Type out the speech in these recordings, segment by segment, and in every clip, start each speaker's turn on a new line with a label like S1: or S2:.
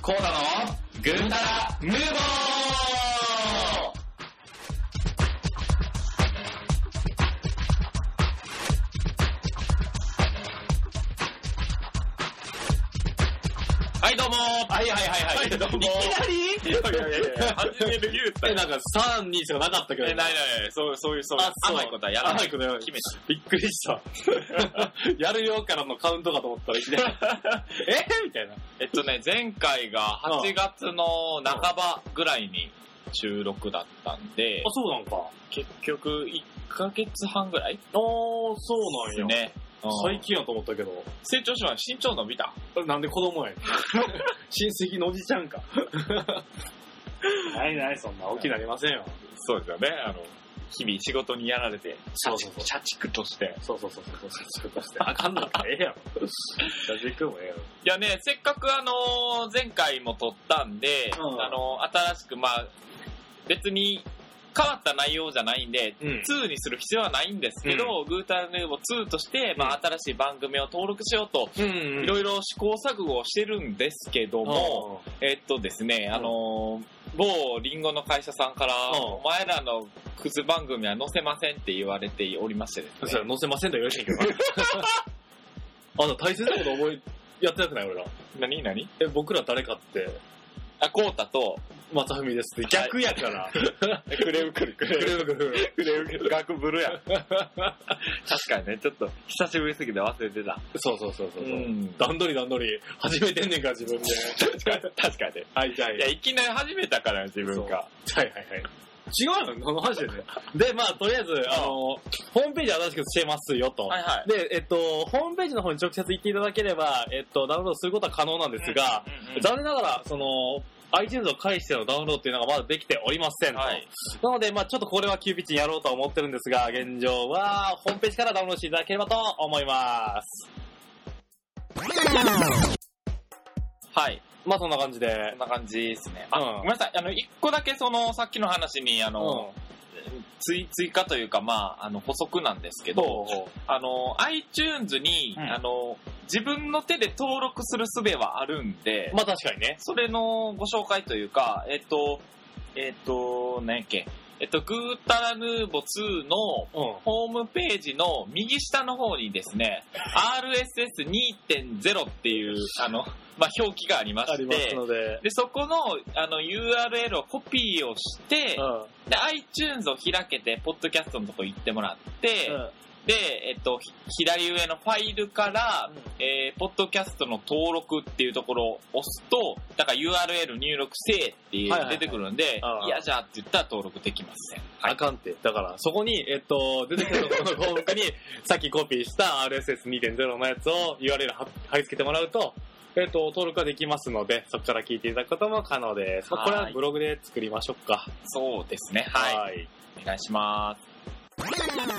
S1: コーダのぐーたらムーボー
S2: はい、どうも
S1: はいはいはいはい。
S2: どうも
S1: いきなり
S2: いやいやいや、初めて言うた
S1: え、
S2: よ。
S1: なんか3、2しかなかったけど。
S2: え、ないない、そう、そういう、そういう
S1: あ、そう
S2: 甘いことはやらない。
S1: 甘いことやらない
S2: 決めた。
S1: びっくりした。やるよからのカウントかと思った らいきなり。えみたいな。
S2: えっとね、前回が8月の半ばぐらいに収録だったんで、
S1: そうなんか。
S2: 結局1ヶ月半ぐらい
S1: あー、そうなんや。
S2: ね。うん
S1: 最近やと思ったけど。
S2: 成長しました身長伸びた。
S1: なんで子供 やねん親戚のおじちゃんか。ないない、そんな大きなりませんよ。
S2: そうですよね。あの、日々仕事にやられて、
S1: そうそうそう
S2: 社畜として。
S1: そうそうそうそう、そうそう して。あかんのか、え えやろ。ジャジ君もええやろ。
S2: いやね、せっかくあのー前回も撮ったんで、
S1: うん
S2: あのー新しくまあ、別に変わった内容じゃないんで、
S1: うん
S2: 2にする必要はないんですけど、グータラヌーボー2として、まあ、新しい番組を登録しようと、
S1: うん
S2: いろいろ試行錯誤をしてるんですけども、
S1: も
S2: えっとですね、あのー某リンゴの会社さんから、
S1: うん
S2: お前らのクズ番組は載せませんって言われておりましてです
S1: う、
S2: ね。
S1: それ載せませんとは言われてんけ ど。あの、大切なこと覚え、やってなくない俺ら。
S2: 何何
S1: え、僕ら誰かって、
S2: あ、コータと、
S1: 松文ですって逆や か ら。
S2: クレームクルク
S1: グルグル
S2: クレームガクブルや。 確かにね、ちょっと久しぶりすぎて忘れてた。
S1: そうそうそうそう。
S2: うん
S1: 段取り段取り、始めてんねんから自分で。
S2: 確かに、確かに。
S1: はい、じゃ あ
S2: いや、いきなり始めたからね、自分が。
S1: はいはいはい。違うのこの話でね。で、まあ、とりあえず、あの、ホームページ新しくしてますよと。
S2: はいはい。
S1: で、えっと、ホームページの方に直接行っていただければ、えっと、ダウンロードすることは可能なんですが、
S2: うんうんうん
S1: 残念ながら、その、iTunes を介してのダウンロードっていうのがまだできておりませんと。
S2: はい
S1: なので、まあちょっとこれは急ピッチにやろうとは思ってるんですが、現状は、ホームページからダウンロードしていただければと思います。
S2: はい。
S1: まあそんな感じで。
S2: こんな感じですね。
S1: うん
S2: あ、ごめんなさい。あの、一個だけその、さっきの話に、あの、追、追加というか、まあ、あの、補足なんですけど、
S1: ど
S2: あの、iTunes に、
S1: うん
S2: あの、自分の手で登録する術はあるんで
S1: う、まあ確かにね。
S2: それのご紹介というか、えっと、えっと、何やっけ、えっと、グータラヌーボ2の
S1: うん。
S2: ホームページの右下の方にですね、RSS2.0 っていう、あの、まあ、表記がありま
S1: あ
S2: し
S1: ります
S2: て、
S1: ので。
S2: で、そこの、あの、URL をコピーをして、
S1: うん。
S2: で、iTunes を開けて、ポッドキャストのとこ行ってもらって、
S1: うん
S2: で、えっと、ひ左上のファイルから、えー、ポッドキャストの登録っていうところを押すと、だから URL 入力せえってい
S1: はいは
S2: う
S1: いは
S2: 出
S1: い
S2: てくるんで
S1: あ、あ
S2: いやじゃあって言ったら登録できません。は
S1: あ
S2: い。
S1: かんって。だから、そこに、えっと、出てくるこの項目に、さっきコピーした RSS2.0 のやつを URL 貼り付けてもらうと、えっと、登録ができますので、そこから聞いていただくことも可能です。まあこれはブログで作りましょうか。
S2: そうですね。はい。
S1: い。
S2: お願いします。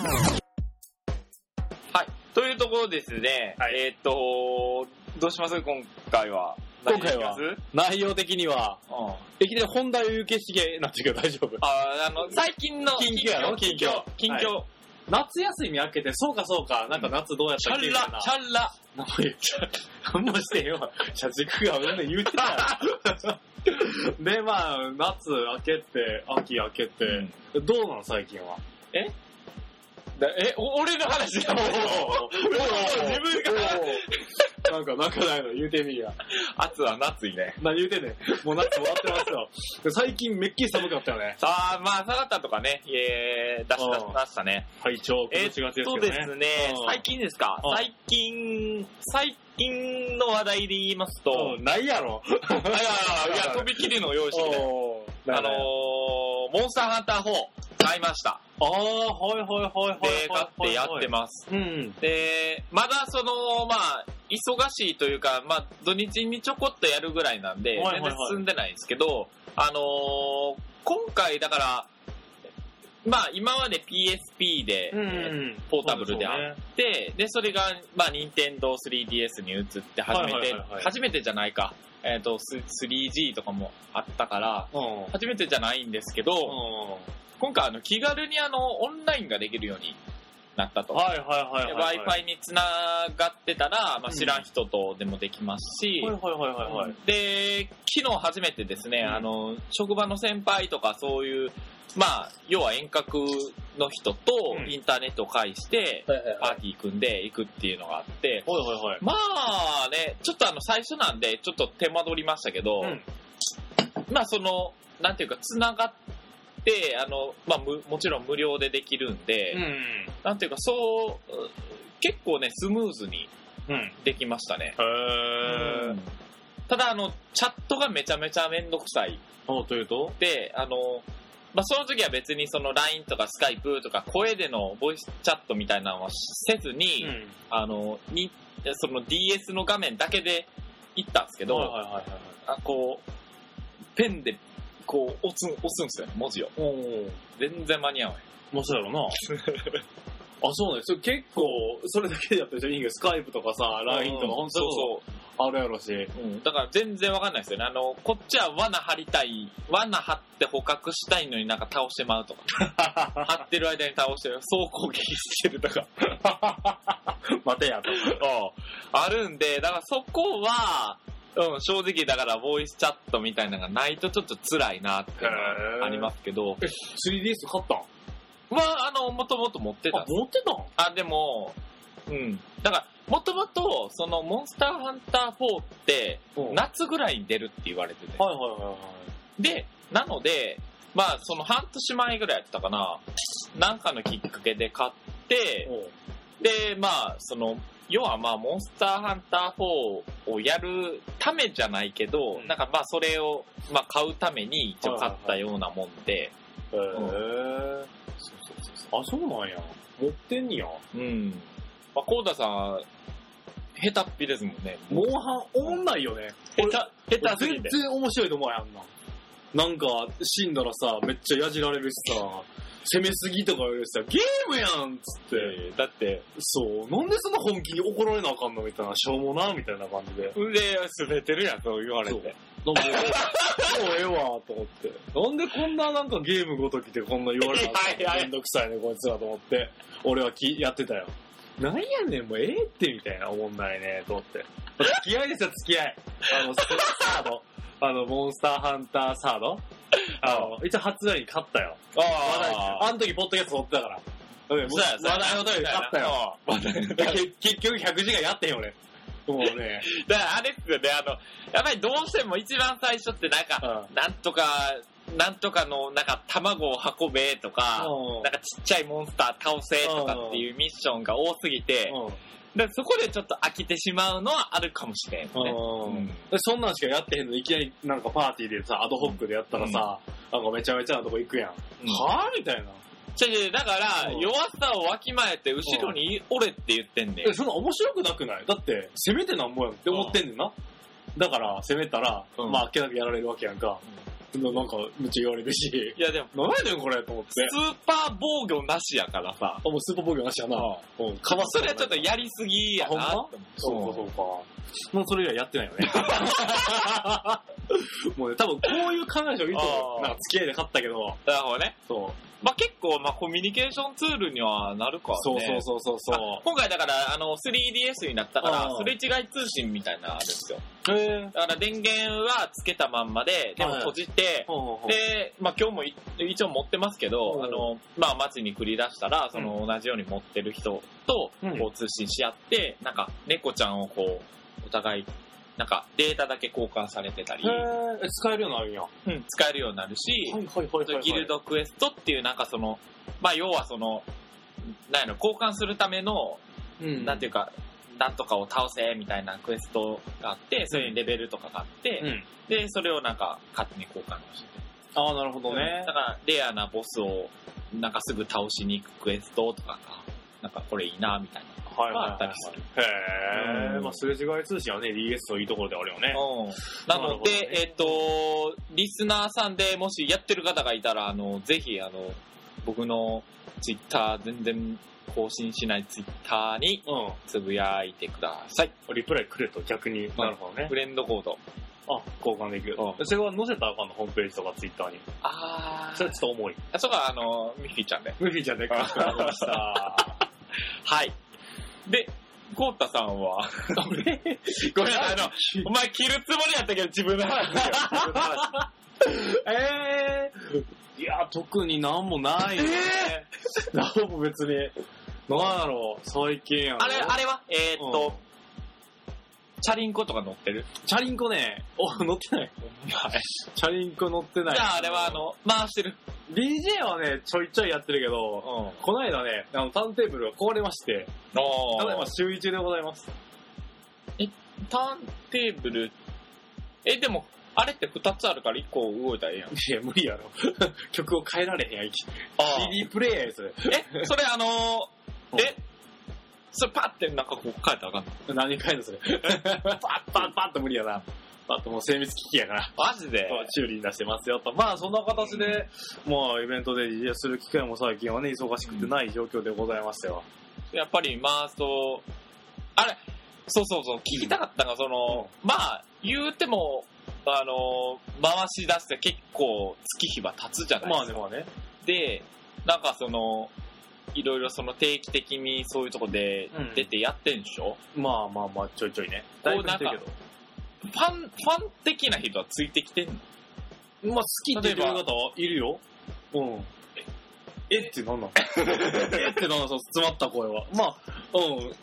S2: はい。というところですね、
S1: はい
S2: えーっと、どうします今回は。
S1: 今回は
S2: 何にします
S1: 内容的には、
S2: うん
S1: いきなり本題を受けしげなんていうけど大丈夫。
S2: ああの、最近の
S1: 近況やろ
S2: 近況。
S1: 近
S2: 近
S1: 況
S2: 況。
S1: 夏休み明けて、そうかそうか、なんか夏どうやっ
S2: チ
S1: たっ
S2: ャ
S1: け
S2: ラ
S1: みたいな。
S2: チャラ
S1: 何も言っちゃう。何もしてよ。社畜がうんぬん言うてたやんで、まあ、夏明けて、秋明けて、どうなの最近 は。
S2: だえ、お俺の 話だもん。自分が。
S1: おなんか、なんかないの言うてみりゃ。
S2: 夏は夏いね。
S1: 何言うてんねん。もう夏終わってますよ。で最近めっきり寒かったよね。
S2: さあ、まあ、下がったとかね、えー、出し
S1: うん
S2: 出しましたね。
S1: 体調、
S2: え
S1: 崩しがちです
S2: そう
S1: けどね。
S2: ですね
S1: うん、
S2: 最近ですか
S1: うん
S2: 最近、最近の話題で言います と、
S1: うんないやろ。
S2: あいやいやいや、飛び切りの用意してきて、
S1: おー
S2: あのー、モンスターハンター4買いました。
S1: あー、はいはいはいはい。
S2: で、買ってやってます。
S1: す。うん。
S2: で、まだその、まあ、忙しいというか、まあ、土日にちょこっとやるぐらいなんで、
S1: はいは
S2: 全
S1: いはい
S2: 然進んでないんですけど、あのー今回だから、まあ、今まで PSP で、
S1: うん。
S2: ポータブルで
S1: そう
S2: あ
S1: ね
S2: って、で、それが、まあ、任天堂 3DS に移って初めて、
S1: はいはいはいはい
S2: 初めてじゃないか、えっ、と、ス 3G とかもあったから、
S1: うん。
S2: 初めてじゃないんですけど、
S1: うん
S2: 今回あの気軽にあのオンラインができるようになったと。
S1: はいはいはいはい、はい。
S2: Wi-Fi につながってたら、まあ、知らん人とでもできますし、
S1: はいはいはいはいはい。
S2: で、昨日初めてですね、
S1: うん
S2: あの、職場の先輩とかそういう、まあ、要は遠隔の人と
S1: うん
S2: インターネットを介して、
S1: はいはい
S2: パーティー組んで行くっていうのがあって、
S1: はいはい。
S2: まあね、ちょっとあの、最初なんで、ちょっと手間取りましたけど、
S1: うん
S2: まあその、なんていうか、つながって、あの、まあむ、もちろん無料でできるんで、なんていうか、そう、うん結構ね、スムーズに
S1: うん。うん。
S2: できましたね。
S1: へー。
S2: ただ、あの、チャットがめちゃめちゃめんどくさい
S1: あというと
S2: で、あの、まあ、その時は別にその LINE とか Skype とか声でのボイスチャットみたいなのはせずに、
S1: ん。
S2: あの、に、その DS の画面だけで行ったんですけど、
S1: はいはいはいはい。
S2: あこう、ペンで、こう、押す、押すんですよね、文字を。
S1: おお。
S2: 全然間に合わない。
S1: まあそうや ろな。あ、そうね。それ結構、それだけでやってる人いいけど、スカイプとかさ、LINE とか、本当
S2: そう
S1: に
S2: そう。
S1: あるやろし。
S2: うんだから全然わかんないですよね。あの、こっちは罠張りたい、罠張って捕獲したいのになんか倒してまうとか、張ってる間に倒してる、総攻撃してるとか、
S1: 待てやと。
S2: あるんで、だからそこは、うん、正直だからボイスチャットみたいなのがないとちょっと辛いなっていうのはありますけど、
S1: え、3DS 買ったん
S2: まあ、あの、もともと持ってたん
S1: あ
S2: で、す
S1: 持ってたん
S2: あ、でも、うん。だから、もともと、その、モンスターハンター4って、
S1: うんはい
S2: 夏ぐらいに出るって言われてて、
S1: はいはいはい。
S2: で、なので、まあ、その半年前ぐらいやってたかな、なんかのきっかけで買って、
S1: おう
S2: で、まあ、その、要はまあ、モンスターハンター4をやるためじゃないけど、
S1: うん
S2: なんかまあ、それを、まあ、買うために一応買ったようなもんで、
S1: へー。そうそうそうそう。あ、そうなんや。持ってんや。
S2: うん。まあ、コーダさん、下手っぴですもんね。
S1: モンハン、おもんないよね。
S2: 下手、下手すぎ
S1: 全
S2: て。
S1: 然面白いと思うやんな。なんか、死んだらさ、めっちゃやじられるしさ、攻めすぎとか言われるしさ、ゲームやんっつって、
S2: だって、
S1: そう、なんでそんな本気に怒られなあかんのみたいな、しょうもな、みたいな感じで。
S2: 腕滑ってるやん、そう言われ
S1: そう
S2: て。
S1: なんか、もうええわ、と思って。なんでこんななんかゲームごときでこんな言われなあ
S2: いや
S1: か
S2: いやいや
S1: んめんどく さいね、こいつらと思って。俺はきやってたよ。なんやねん、もうええって、みたいな、おもんないね、と思って。付き合いですよ、付き合い。あの、そサード。 あの、モンスターハンターサード。あの、一応初代に勝ったよ。
S2: あ
S1: あの時、ポッドキャスト撮ってたから。うん
S2: そうや、そうや
S1: 話題の通り勝ったよ。。
S2: うん話題の通り
S1: 結 結局100時間やってへん、俺。もうね。
S2: だからあれっすよね、あの、やっぱりどうしても一番最初ってなんか、
S1: う
S2: なんとか、なんとかの、なんか卵を運べとか、
S1: ん。
S2: なんかちっちゃいモンスター倒せとかっていうミッションが多すぎて、
S1: うん
S2: だからそこでちょっと飽きてしまうのはあるかもしれんね。
S1: うん
S2: ん
S1: でそんなんしかやってへんのにいきなりなんかパーティーでさ、アドホックでやったらさ、なんかめちゃめちゃなとこ行くやん。
S2: うん
S1: はぁみたいな。
S2: ちょいちょいだから、
S1: うん
S2: 弱さをわきまえて後ろにおれって言ってんねん
S1: え、。そんな面白くなくないだって、攻めてなんぼやんって思ってんねんな。だから、攻めたら、
S2: うん
S1: まあ、あっけなくやられるわけやんか。なんか、めっちゃ言われる し。
S2: いやでも、
S1: なんやねんこれと思って。
S2: スーパー防御なしやからさ。
S1: あ、もうスーパーボールなしやな。うん、かわ
S2: それはちょっとやりすぎやな
S1: あほんま
S2: って思
S1: そううかそうか。もうそれ以来やってないよね。 もうね、多分こういう考え者いると
S2: あ
S1: 思
S2: ー
S1: う。なんか付き合いで勝ったけど、
S2: なるほどね。
S1: そう。
S2: まあ、結構、まあ、コミュニケーションツールにはなるからね。
S1: そうそう
S2: う
S1: そうそうそ
S2: 今回だから、あの、3DS になったか
S1: う
S2: ら
S1: ん、
S2: すれ違い通信みたいなのあるんですよ。
S1: う。へぇ
S2: だから電源はつけたまんまで、でも
S1: はい
S2: 閉じて、
S1: で、
S2: で、まあ、今日もい一応持ってますけ
S1: う
S2: ど、
S1: ん
S2: あの、まあ、街に繰り出したら、その同じように持ってる人と、
S1: うん
S2: こう通信し合って、なんか、猫ちゃんをこう、お互い、なんか、データだけ交換されてたり、
S1: へえ、使えるようになるんや。は
S2: うん使えるようになるし、
S1: いはいはいはい。
S2: ギルドクエストっていうなんかその、まあ要はその、なんやろ、交換するための、
S1: うん、
S2: なんていう
S1: う
S2: か、なんとかを倒せみたいなクエストがあって、それにレベルとかがあって、
S1: うん。
S2: で、それをなんか勝手に交換してて。
S1: ああ、なるほどね
S2: だ。から、レアなボスを、なんかすぐ倒しに行くクエストとかが、なんかこれいいなみたいな。
S1: はい
S2: まあ
S1: は
S2: あっ
S1: い
S2: た
S1: は
S2: りする。
S1: い。へ
S2: う
S1: え、
S2: ん
S1: まあ、すれ違い通信はね、DS のいいところであるよね。
S2: うんな
S1: なる
S2: の
S1: ほ
S2: で、
S1: どね
S2: えっと、リスナーさんでもしやってる方がいたら、あの、ぜひ、あの、僕のツイッター、全然更新しないツイッターに
S1: う
S2: つぶやいてください。
S1: ん。リプライくれと逆に。なるほどね
S2: フ。レンドコード。
S1: あ、交換できる
S2: う。
S1: それは載せたらあかんの、ホームページとかツイッターに。
S2: あ
S1: それはちょっと重い。
S2: あ。そこは、あの、ミッフィーちゃんで。
S1: 無理じゃねえか。ありました。はい。
S2: で、コータさん は、ごめんなさい、あの、お前着るつもりやったけど自分の話だよ。
S1: え ー、い や、特になんもないね。 なんも別に。なんやろう、最近やろ
S2: あれ、あれはえー、っと、チャリンコとか乗ってる
S1: チャリンコね、お、乗ってない。チャリンコ乗ってない。
S2: じゃああれはあ、の、回してる。
S1: DJ はね、ちょいちょいやってるけ
S2: うん。
S1: ど、
S2: お
S1: この間ね、あの、ターンテーブルが壊れまして、ただいま
S2: ー
S1: 週一でございます。
S2: ターンテーブル。え、でも、あれって2つあるから1個動いたらええやん。
S1: いや、無理やろ。 曲を変えられへんやん、CD プレイヤーやそれ。
S2: え、それあの
S1: うん
S2: ー、え、それパッてなんかこう変えたらあかんの
S1: 何変えんのそれ。 パッパッパッと無理やな。パッともう精密機器やから。
S2: マジで
S1: 修理に出してますよと。まあそんな形で、まあイベントで実践する機会も最近はね、忙しくてない状況でございましたよ。
S2: やっぱり回すと、あれ、そうそうそう、聞きたかったのが、その、まあ、言うても、あの、回し出して結構月日は経つじゃないですか。
S1: まあね、まあね。
S2: で、なんかその、いろいろその定期的にそういうとこで
S1: うん
S2: 出てやってんでしょ、
S1: まあまあまあ、ちょいちょいね。
S2: こ
S1: だいうぶ見てるけ
S2: ファン、ファン的な人はついてきてんの
S1: ど。まあ好きって言ってる方はいるよ。うん。えってなんなん えってなんなんその詰まった声は。まあ、うん。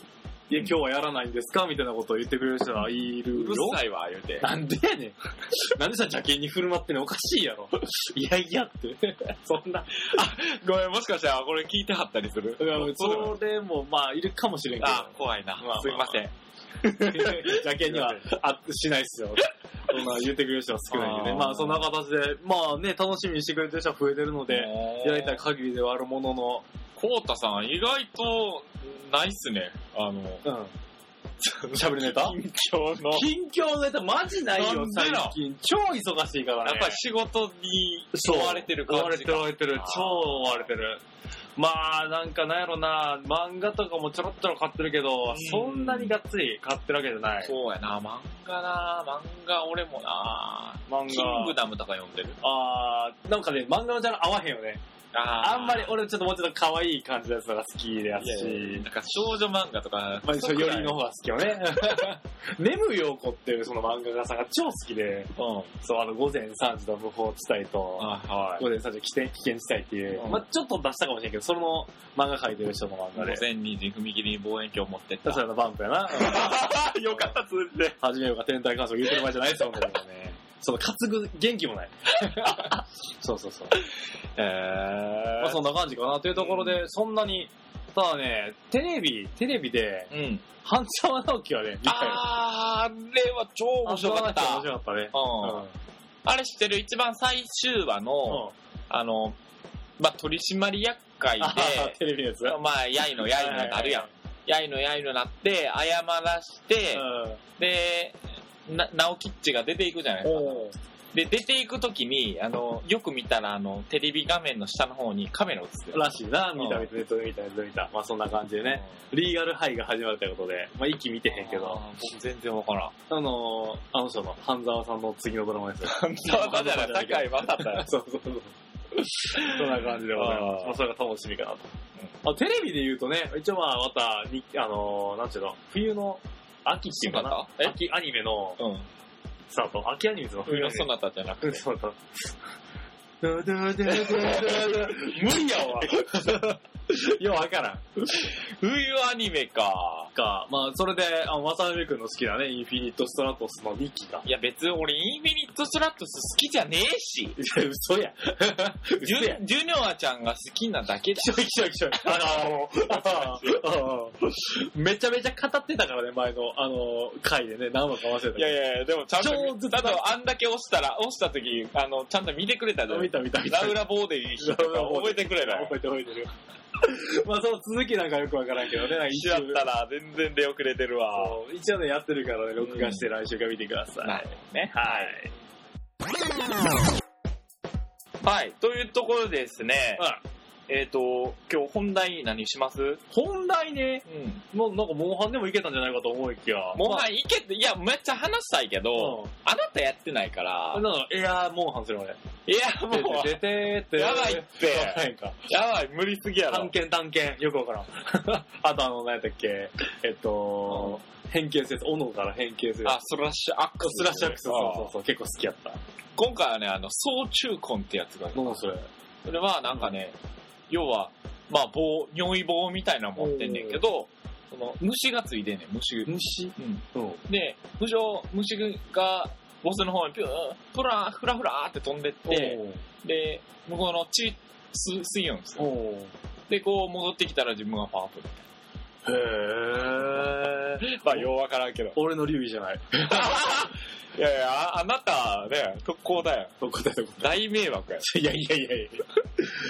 S1: いや、今日はやらないんですかみたいなことを言ってくれる人はいる
S2: う
S1: よ。
S2: るさいわ、言うて。
S1: なんでやねん。なんでさ、邪険に振る舞ってんのおかしいやろ。 いやいやって。 そんな。
S2: ごめん、もしかしたらこれ聞いてはったりするそう
S1: それも、まあ、いるかもしれんけ
S2: あ、怖いな。
S1: まあ
S2: すいません。
S1: ど。 邪険にはあしないっすよ。そんな言ってくれる人は少ないんで
S2: あ
S1: ね。
S2: ー
S1: まあ、そんな形で、まあね、楽しみにしてくれてる人は増えてるので、やりたい限りではあるものの、
S2: コータさん、意外と、ないっすね。あの、
S1: うん。喋るネタ
S2: 近況の。
S1: 近況ネタマジないよ、
S2: なん
S1: 最
S2: でな
S1: 近。超忙しいからね。
S2: やっぱり仕事に追われてる
S1: 追わ
S2: 感
S1: れ
S2: じ
S1: てる
S2: が。
S1: 追われてる
S2: あー
S1: 超追われてるまあなんかなんやろな漫画とかもちょろっちょろ買ってるけど
S2: ん
S1: そんなにがっつり買ってるわけじゃない
S2: そうやな、漫画な、漫画俺もな。
S1: 漫画
S2: キングダムとか読んでる
S1: あーなんかね漫画のジャンル合わへんよね
S2: あ
S1: あんまり俺ちょっともうちょっと可愛い感じのやつのが好きでや
S2: いやいや
S1: し
S2: なんか少女漫画とか、
S1: まあ、そ
S2: そうう
S1: よりの方が好きよ ね。眠むようこっていうその漫画家さんが超好きで、
S2: うん。
S1: そう、あの、午前3時の無法地帯と、
S2: あはい。
S1: 午前3時の危険危険地帯っていう、
S2: うん
S1: まあちょっと出したかもしれんけど、その漫画描いてる人の漫
S2: 午
S1: 画で。
S2: 前2時踏切に望遠鏡持ってった。
S1: そ れのバンプやな。
S2: よかった、通じて。
S1: はじめようか天体観測言うてる場合じゃないですよ、本当にね。その担ぐ元気もない。 そうそうそう。
S2: え
S1: まあ
S2: ー。
S1: そんな感じかなというところで、そんなに、ただね、テレビ、テレビで、
S2: うん。
S1: 半沢直樹はね、見たよ。
S2: あー、あれは超面白かった。
S1: 半沢直樹面白かったね。
S2: うん。あれ知ってる一番最終話の、あの、まあ、取締役会
S1: うん。
S2: で
S1: あ、テレビのやつ
S2: まあ、やいのやいのになるやん。やいのやいのなって、謝らして、で、な、なおきっちが出ていくじゃない
S1: うん。
S2: ですか。
S1: おー
S2: で、出ていくときに、あの、よく見たら、あの、テレビ画面の下の方にカメラ映ってる。
S1: らしいな、
S2: ん
S1: 見た見た見た見た見た見た。まあそんな感じでね。リーガルハイが始まるということで、まあ一気見て
S2: うん。
S1: へんけど、
S2: あー。僕全然わ からん。
S1: あのー、あの人の、半沢さんの次のドラマですよ。
S2: そうだから、高いわかった
S1: そうそうそう。そんな感じでございま
S2: あ
S1: す。
S2: ー
S1: まあ、それが楽しみかなと。あテレビで言うとね、一応まあ、また、にあのー、なんていうの、冬の、秋っていうかな
S2: え
S1: 秋アニメの
S2: うん。
S1: スタート。秋アニメの冬
S2: 冬
S1: の
S2: の
S1: スタ
S2: そ
S1: ート。
S2: なたじゃなく
S1: う
S2: て
S1: ん、。そう だ。ドゥドゥドゥドゥドゥ無理やわ。 ようわからん。
S2: 冬アニメか。
S1: か、まあ、それで、あの、渡辺くんの好きなね、インフィニットストラトスの2期が。
S2: いや、別に俺、インフィニットストラットス好きじゃねえし。
S1: いや嘘 や。
S2: ジ
S1: 嘘や。
S2: ュジュニョアちゃんが好きなだけだ。
S1: きしょいきしょいきしょい。あのー、 めちゃめちゃ語ってたからね、前の、あのー、回でね、何話か忘れたけど。
S2: いやいやいや、でもちゃん
S1: 超
S2: と、
S1: 絶
S2: ただあんだけ押したら、押した時、あの、ちゃんと見てくれたじゃん
S1: 見。た見た見た。
S2: ラウラボーデイとか覚えてくれない
S1: 覚えて覚えてる。 まあその続きなんかよくわからんけどね、なんか
S2: 一
S1: 一
S2: 緒だ
S1: 応
S2: ったら全然出遅れてるわ。
S1: そう一応ね、やってるからね、録画して来週から見てください。
S2: なるほどね。
S1: はい。
S2: はい。というところでですね、
S1: まあ
S2: えっ、と、今日本題何します
S1: 本来ね、
S2: うん。
S1: もうなんかモンハンでもいけたんじゃないかと思いきや。
S2: もう、はい、いけって、いや、めっちゃ話したいけど、
S1: うん。
S2: あなたやってないから
S1: あれ、なのエアーモンハンする俺。
S2: いや、もう、
S1: 出ててって。
S2: やばいって
S1: やばいんか。
S2: やばい、無理すぎやろ
S1: 探。検探検。よくわからん。 あとあの、何やったっけ。えっと、変形するやつ。斧から変形する
S2: あ
S1: や、つ。
S2: スラッシュアックス。
S1: スラッシュアックス。そうそう
S2: う。
S1: そう。結構好きやった。
S2: 今回はね、あの、総中婚ってやつが、
S1: 何それ。
S2: それはなんかね、要は、まあ、棒、尿意棒みたいなの持ってんねんけど、その、虫がついてんねん、虫。
S1: 虫
S2: うん。
S1: うん。
S2: で、無情、虫が、ボスの方にピュー、プラー、フラフラーって飛んでって、で、向こうの血、吸吸いよんです
S1: お
S2: よ。
S1: お
S2: で、こう戻ってきたら自分がパワーアップ。
S1: へえ。
S2: まあ、ようわからんけど。
S1: 俺の流儀じゃない。
S2: いやいや、ああなたね、特攻だよ。
S1: そこだよ。
S2: 大迷惑や。
S1: いやいやいやいや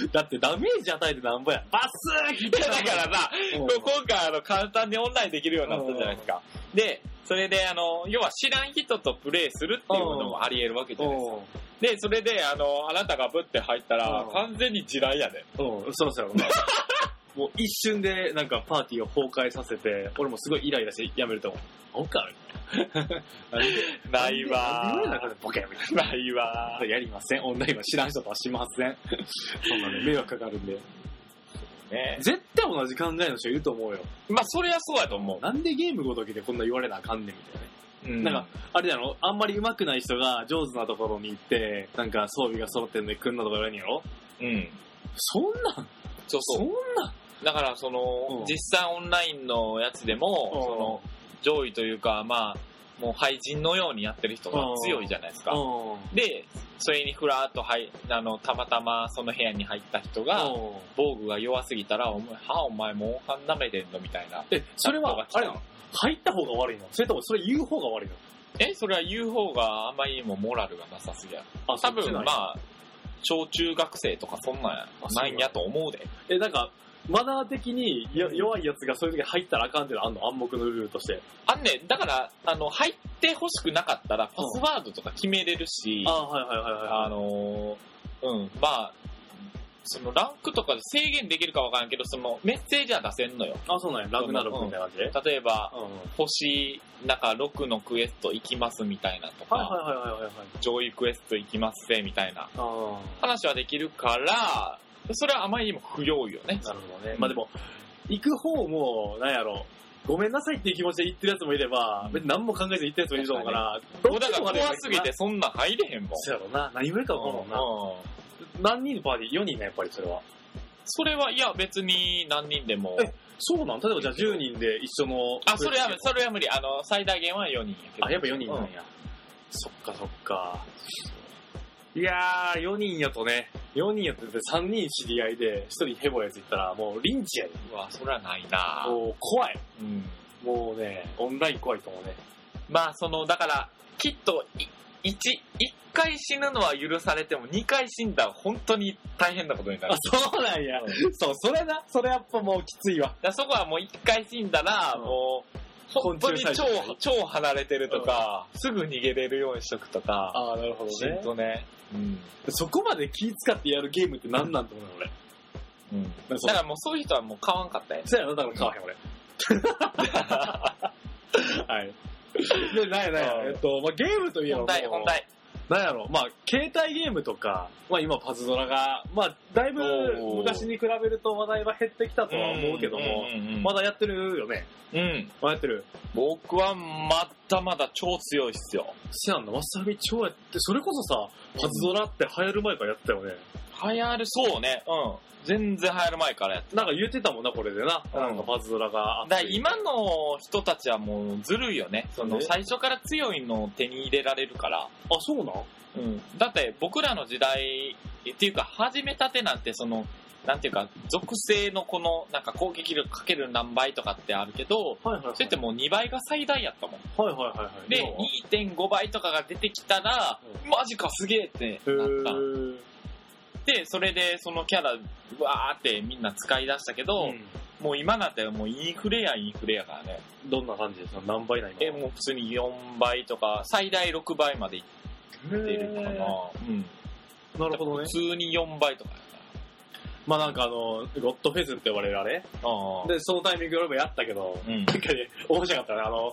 S1: だってダメージ与えてなんぼや。バスー切っ
S2: いや、だからな、
S1: うん
S2: 今回あの簡単にオンラインできるようになったじゃないですか。で、それであの、要は知らん人とプレイするっていうのもあり得るわけじゃないですか。
S1: お
S2: で、それであの、あなたがブって入ったら
S1: う、ん
S2: 完全に地雷やで。
S1: うん、そうそう。 まあもう一瞬でなんかパーティーを崩壊させて、俺もすごいイライラしてやめると思う。お かみたいな。
S2: ないわ
S1: なんで俺の中でボケみたい
S2: ないわ
S1: な。やりません。オンラインは知らん人とはしません。そんなね、迷惑かかるんで。
S2: ね。
S1: 絶対同じ考えの人いると思うよ。
S2: まあ、それはそうやと思
S1: なんでゲームごときでこんな言われなあかんねんみたいなね。
S2: う。うん
S1: なんか、あれだろあんまり上手くない人が上手なところに行って、なんか装備が揃ってんのに来んのとか言われんやろ
S2: うん。
S1: そんなん
S2: そう
S1: そ
S2: そ
S1: んなん
S2: う。だから、その
S1: うん、
S2: 実際オンラインのやつでも、その、上位というか、まあ、もう廃人のようにやってる人が強いじゃないですか。
S1: うん。
S2: で、それにふらーっと入、あの、たまたまその部屋に入った人が、
S1: うん
S2: 防具が弱すぎたら、お前、はお前、モンハン舐めてんのみたいな。
S1: え、それは、あれなの
S2: の
S1: 入った方が悪いのそれともそれ言う方が悪いの
S2: え、それは言う方があまりにもモラルがなさすぎや。
S1: あ
S2: 多分、ま
S1: あ。
S2: あ、小中学生とかそんなんや
S1: あそ
S2: な
S1: うなん
S2: いんやと思うで。
S1: え、なんか、マナー的によ弱いやつがそういう時に入ったらあかんっていうのあんの暗黙のルールとして。
S2: あんね、だから、あの、入ってほしくなかったら、パスワードとか決めれるし、
S1: あはいはいはいはい。
S2: あのーうん、まあ、そのランクとかで制限できるかわからんけど、そのメッセージは出せんのよ。
S1: あ、そうなんや。ラグナロクみたいな感じで。うん。
S2: 例えば、
S1: はい
S2: 星、なんか6のクエスト行きますみたいなとか、
S1: はいはいはいはい。
S2: 上位クエスト行きますぜみたいな
S1: ああ。
S2: 話はできるから、それはあまりにも不用意よね。
S1: なるほどね。まあでも、行く方も、なんやろ。ごめんなさいっていう気持ちで言ってるやつもいれば、別に何も考えず言ってるやつもいると思うから、
S2: もうだから怖すぎてそんなん入れへんもん。
S1: そうやろな。何もいるか分からんもんな。
S2: うん
S1: 何人のパーティー ?4 人がやっぱりそれは。
S2: それは、いや別に何人でも。
S1: えそうなん例えばじゃあ10人で一緒の。
S2: あ、それは、それは無理。あの、最大限は4人やけど。
S1: あ、やっぱ4人なんや。そっかそっか。いやー、4人やとね、4人やと3人知り合いで、1人ヘボいやついったら、もうリンチやで。
S2: うわ、それはないな
S1: もう怖い。
S2: うん。
S1: もうね、オンライン怖いと思うね。
S2: まあ、その、だから、きっと、い一、一回死ぬのは許されても、二回死んだら本当に大変なことになる。
S1: あ、そうなんや。 そう、それな、それやっぱもうきついわ。
S2: だからそこはもう一回死んだら、
S1: うん
S2: もう、本当に
S1: 昆虫
S2: 超
S1: 採取、
S2: 超離れてるとか、すぐ逃げれるようにしとくとか、
S1: ああ、なるほ
S2: きちんとね。うん。
S1: そこまで気使ってやるゲームって何なんて思うの俺。
S2: うん。
S1: らそう
S2: だからもうそういう人はもう買わんかったやつ。
S1: そやろ、だから買わへん俺。 はい。で、なんやなんや。えっと、まあ、ゲームといえばも
S2: 本
S1: う。
S2: 題、本題。
S1: なんやろ、まあ、携帯ゲームとか、まあ今パズドラが、まあ、だいぶ
S2: おー
S1: 昔に比べると話題は減ってきたとは思うけども、
S2: うんうんうん
S1: まだやってるよね。
S2: うん。
S1: まだやってる。
S2: 僕はまだまだ超強いっすよ。
S1: せやんな、わさび超やって、それこそさ、パズドラって流行る前からやってたよね。
S2: 流行る、そうね。うん。全然流行る前からやって。
S1: なんか言ってたもんな、これでな。
S2: うん
S1: なんかパズドラがあって。
S2: だから今の人たちはもうずるいよね。その
S1: ね
S2: 最初から強いのを手に入れられるから。
S1: あ、そうなん
S2: うん。だって僕らの時代っていうか始めたてなんてその、なんていうか、属性のこのなんか攻撃力かける何倍とかってあるけど、
S1: はいはい、はい。
S2: それってもう2倍が最大やったもん。
S1: はいはいはいはい。
S2: で
S1: 要は、
S2: 2.5倍とかが出てきたら、
S1: う
S2: マジかすげえってなった。
S1: へー
S2: で、それでそのキャラ、わーってみんな使い出したけど、
S1: う
S2: もう今なんてもうインフレやインフレやからね。
S1: ん。どんな感じですか何倍なん今
S2: え、もう普通に4倍とか、最大6倍までいっ
S1: へー
S2: てるかな。うん。
S1: なるほど
S2: 普
S1: ね。
S2: 通に4倍とかやか
S1: まあなんかあの、ゴッドフェスって呼ばれるあれ
S2: ああ
S1: で、そのタイミングで俺もやったけど、
S2: うん
S1: なんかね、面白かったね。あの、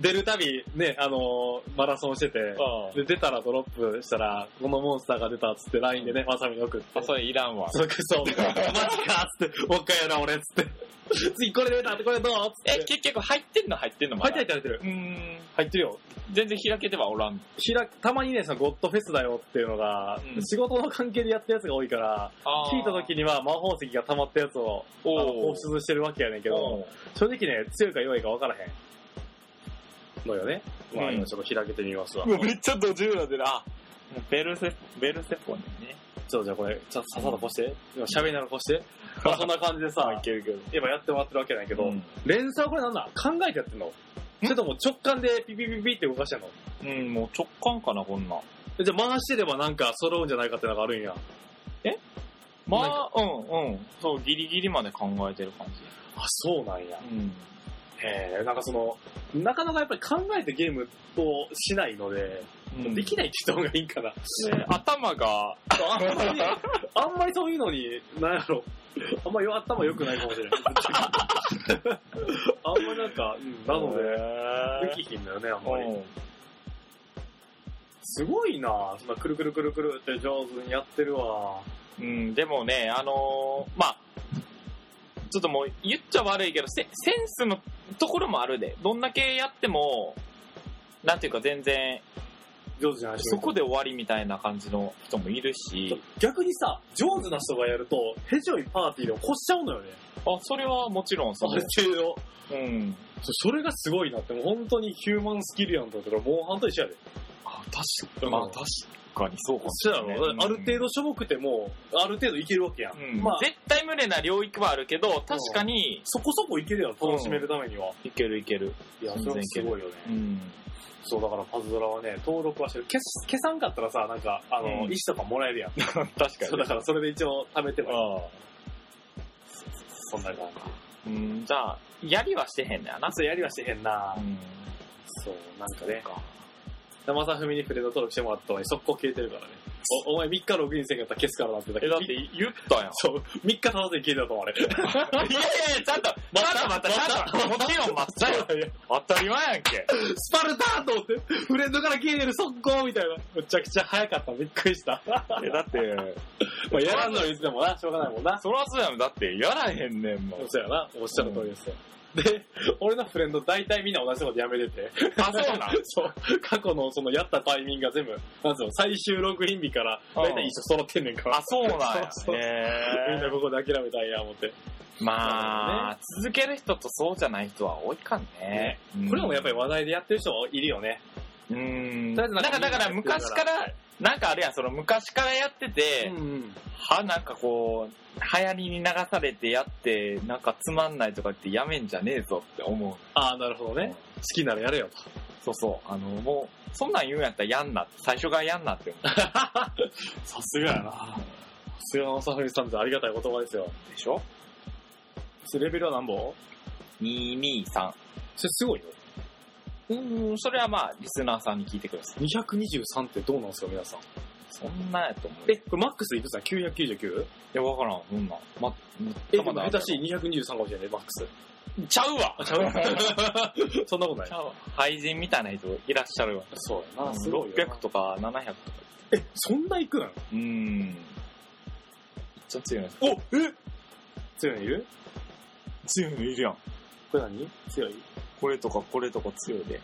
S1: 出るたび、ね、あの、マラソンしてて、
S2: あ
S1: で、出たらドロップしたら、このモンスターが出たっつって LINE でね、まさみに送って。
S2: あ、それいらんわ。
S1: そう、クソ、みたいな。マジかっつって、もう一回やな、俺っつって。次これ出たって、これどうっつって。
S2: え、結局入ってんの入ってんのま
S1: 入
S2: だ
S1: ってる入ってる入ってる。
S2: うーん。
S1: 入ってるよ。
S2: 全然開けてはおらん。
S1: 開くたまにね、そのゴッドフェスだよっていうのが、
S2: うん
S1: 仕事の関係でやったやつが多いから、聞いた時
S2: に、
S1: には魔法石が溜まったやつを、あの
S2: お
S1: 放
S2: ー
S1: 出してるわけやねんけど、
S2: おー
S1: 正直ね、強いか弱いか分からへん。のよね。まあ
S2: うん
S1: 今ちょっと開けてみますわ。
S2: うわめっちゃドジューラでな。あベルセ、ベルセフォンね。
S1: ちょっとじゃあこれ、ちょっとさっさと越して。今喋りながら越 して。まあそんな感じでさ、
S2: いけるけど。
S1: 今やってもらってるわけなんやけ
S2: け
S1: ど、
S2: ど、
S1: 連鎖はこれなんだ考えてやってんのそれとも直感でピピピピって動かしてんの
S2: うん、もう直感かな、こんなん。
S1: じゃあ回してればなんか揃うんじゃないかってのがあるんや。なん
S2: まあ、うん、うん。そう、ギリギリまで考えてる感じ。
S1: あ、そうなんや。
S2: うん。
S1: えー、なんかその、なかなかやっぱり考えてゲームをしないので、でき
S2: ない、
S1: ないって人がいいんかな。
S2: 頭が、
S1: あんまり、 あんまりそういうのに、なんやろ。あんまり頭良くないかもし れない。あんまりなんか、うんなので、
S2: へー
S1: できひんだよね、あん
S2: う
S1: まり。
S2: ん
S1: すごいなそんなくるくるくるくるって上手にやってるわ。
S2: うん、でもね、あのーまあ、ちょっともう言っちゃ悪いけど、セセンスのところもあるで。どんだけやっても、なんていうか全然、
S1: 上手じゃない人
S2: そこで終わりみたいな感じの人もいるし、
S1: 逆にさ、上手な人がやると、ヘジョイパーティーで起こしちゃうのよね。
S2: あ、それはもちろんそ
S1: ある
S2: う。
S1: 程度。
S2: うん。
S1: そそれがすごいなって、もう本当にヒューマンスキルやんと思ったら、モンハンと一緒やで。
S2: あ、確
S1: か
S2: まあ確かにそうかもし
S1: そう
S2: れな
S1: や
S2: いね、
S1: ろ、ある程
S2: 度、
S1: 度しょぼくても、ある程度いけるわけやん。
S2: うん
S1: まあ、
S2: 絶対無理な領域はあるけど、確かに、
S1: そこそこいけるやん、楽しめるためには。
S2: いけるいける。
S1: いや、それはすごいよね。
S2: うん。
S1: そう、だからパズドラはね、登録はしてる。消す消さんかったらさ、なんか、あの、
S2: うん
S1: 石とかもらえるやん。
S2: 確かに。
S1: そう、だからそれで一応貯めては
S2: ああ
S1: そんな感
S2: う
S1: じ。
S2: ん、じゃあ、やりはしてへんだよな。
S1: 夏やりはしてへんな
S2: うん。
S1: そう、なんかね。生さふみにプレート登録してもらったのに速攻消えてるからね。お、お前3日ログインせんかったら消すからなってだ
S2: え、だって言ったやん。
S1: そう、3日経たずに消えてたと思わ れ。
S2: いやいや、ちゃんと、またまた、ちゃんと、もちろん待ったよ。当たり前やんけ。
S1: スパルターと思って、フレンドから消えてる速攻みたいな。めちゃくちゃ早かった、びっくりした。
S2: え、だって、
S1: まあ、やらんのにいつでもな、しょうがないもんな。
S2: そらそうやん。だって、やらへんねんもん。
S1: そうやな、おっしゃる通りですよ。で、俺のフレンド大体みんな同じとこでやめてて。
S2: あ、そうなん。
S1: そう、過去のそのやったタイミングが全部、なんつうの、最終ログイン日から大体一緒揃ってんねんから。
S2: あ、そうなんや
S1: そうそう。みん
S2: へ
S1: なここで諦めたんや、思って。
S2: ーまあ、続ける人とそうじゃない人は多いかね。
S1: これもやっぱり
S2: わ
S1: 話題でやってる人いるよね。
S2: うん。
S1: とり
S2: なんか
S1: あえずなんか、
S2: だから昔から、なんかあるやん、その昔からやってて、
S1: ん。
S2: は、なんかこう、流行りに流されてやって、なんかつまんないとか言ってやめんじゃねえぞって思う。
S1: ああ、なるほどね。好きならやれよ
S2: そ
S1: と。
S2: うそう。あの、もう、そんなん言うんやったらやんなって、最初からやんなって思
S1: さすがやな。さすがのさふみさんってありがたい言葉ですよ。
S2: うでしょ
S1: レベルは何本
S2: ?223。
S1: それすごいよ。
S2: うん、それはまあ、リスナーさんに聞いてください。
S1: 223ってどうなんですか、皆さん。
S2: そんなやと思う。
S1: え、これマックスいくつだ ?999?
S2: いや、わからん、そんなん。ま、
S1: え、
S2: ま
S1: で
S2: だ
S1: も
S2: まだある
S1: 下手しい223かもしれない、マックス。
S2: ちゃうわちゃうわ。
S1: そんなことない。
S2: 廃人みたいな人いらっしゃるわ。
S1: そうやな、すごいよな
S2: 600。とか700とか。
S1: え、そんないくの
S2: うん。めっちゃ強いな。
S1: おえ強いのいる
S2: 強いのいるやん。
S1: これ何強い
S2: これとかこれとか強いで。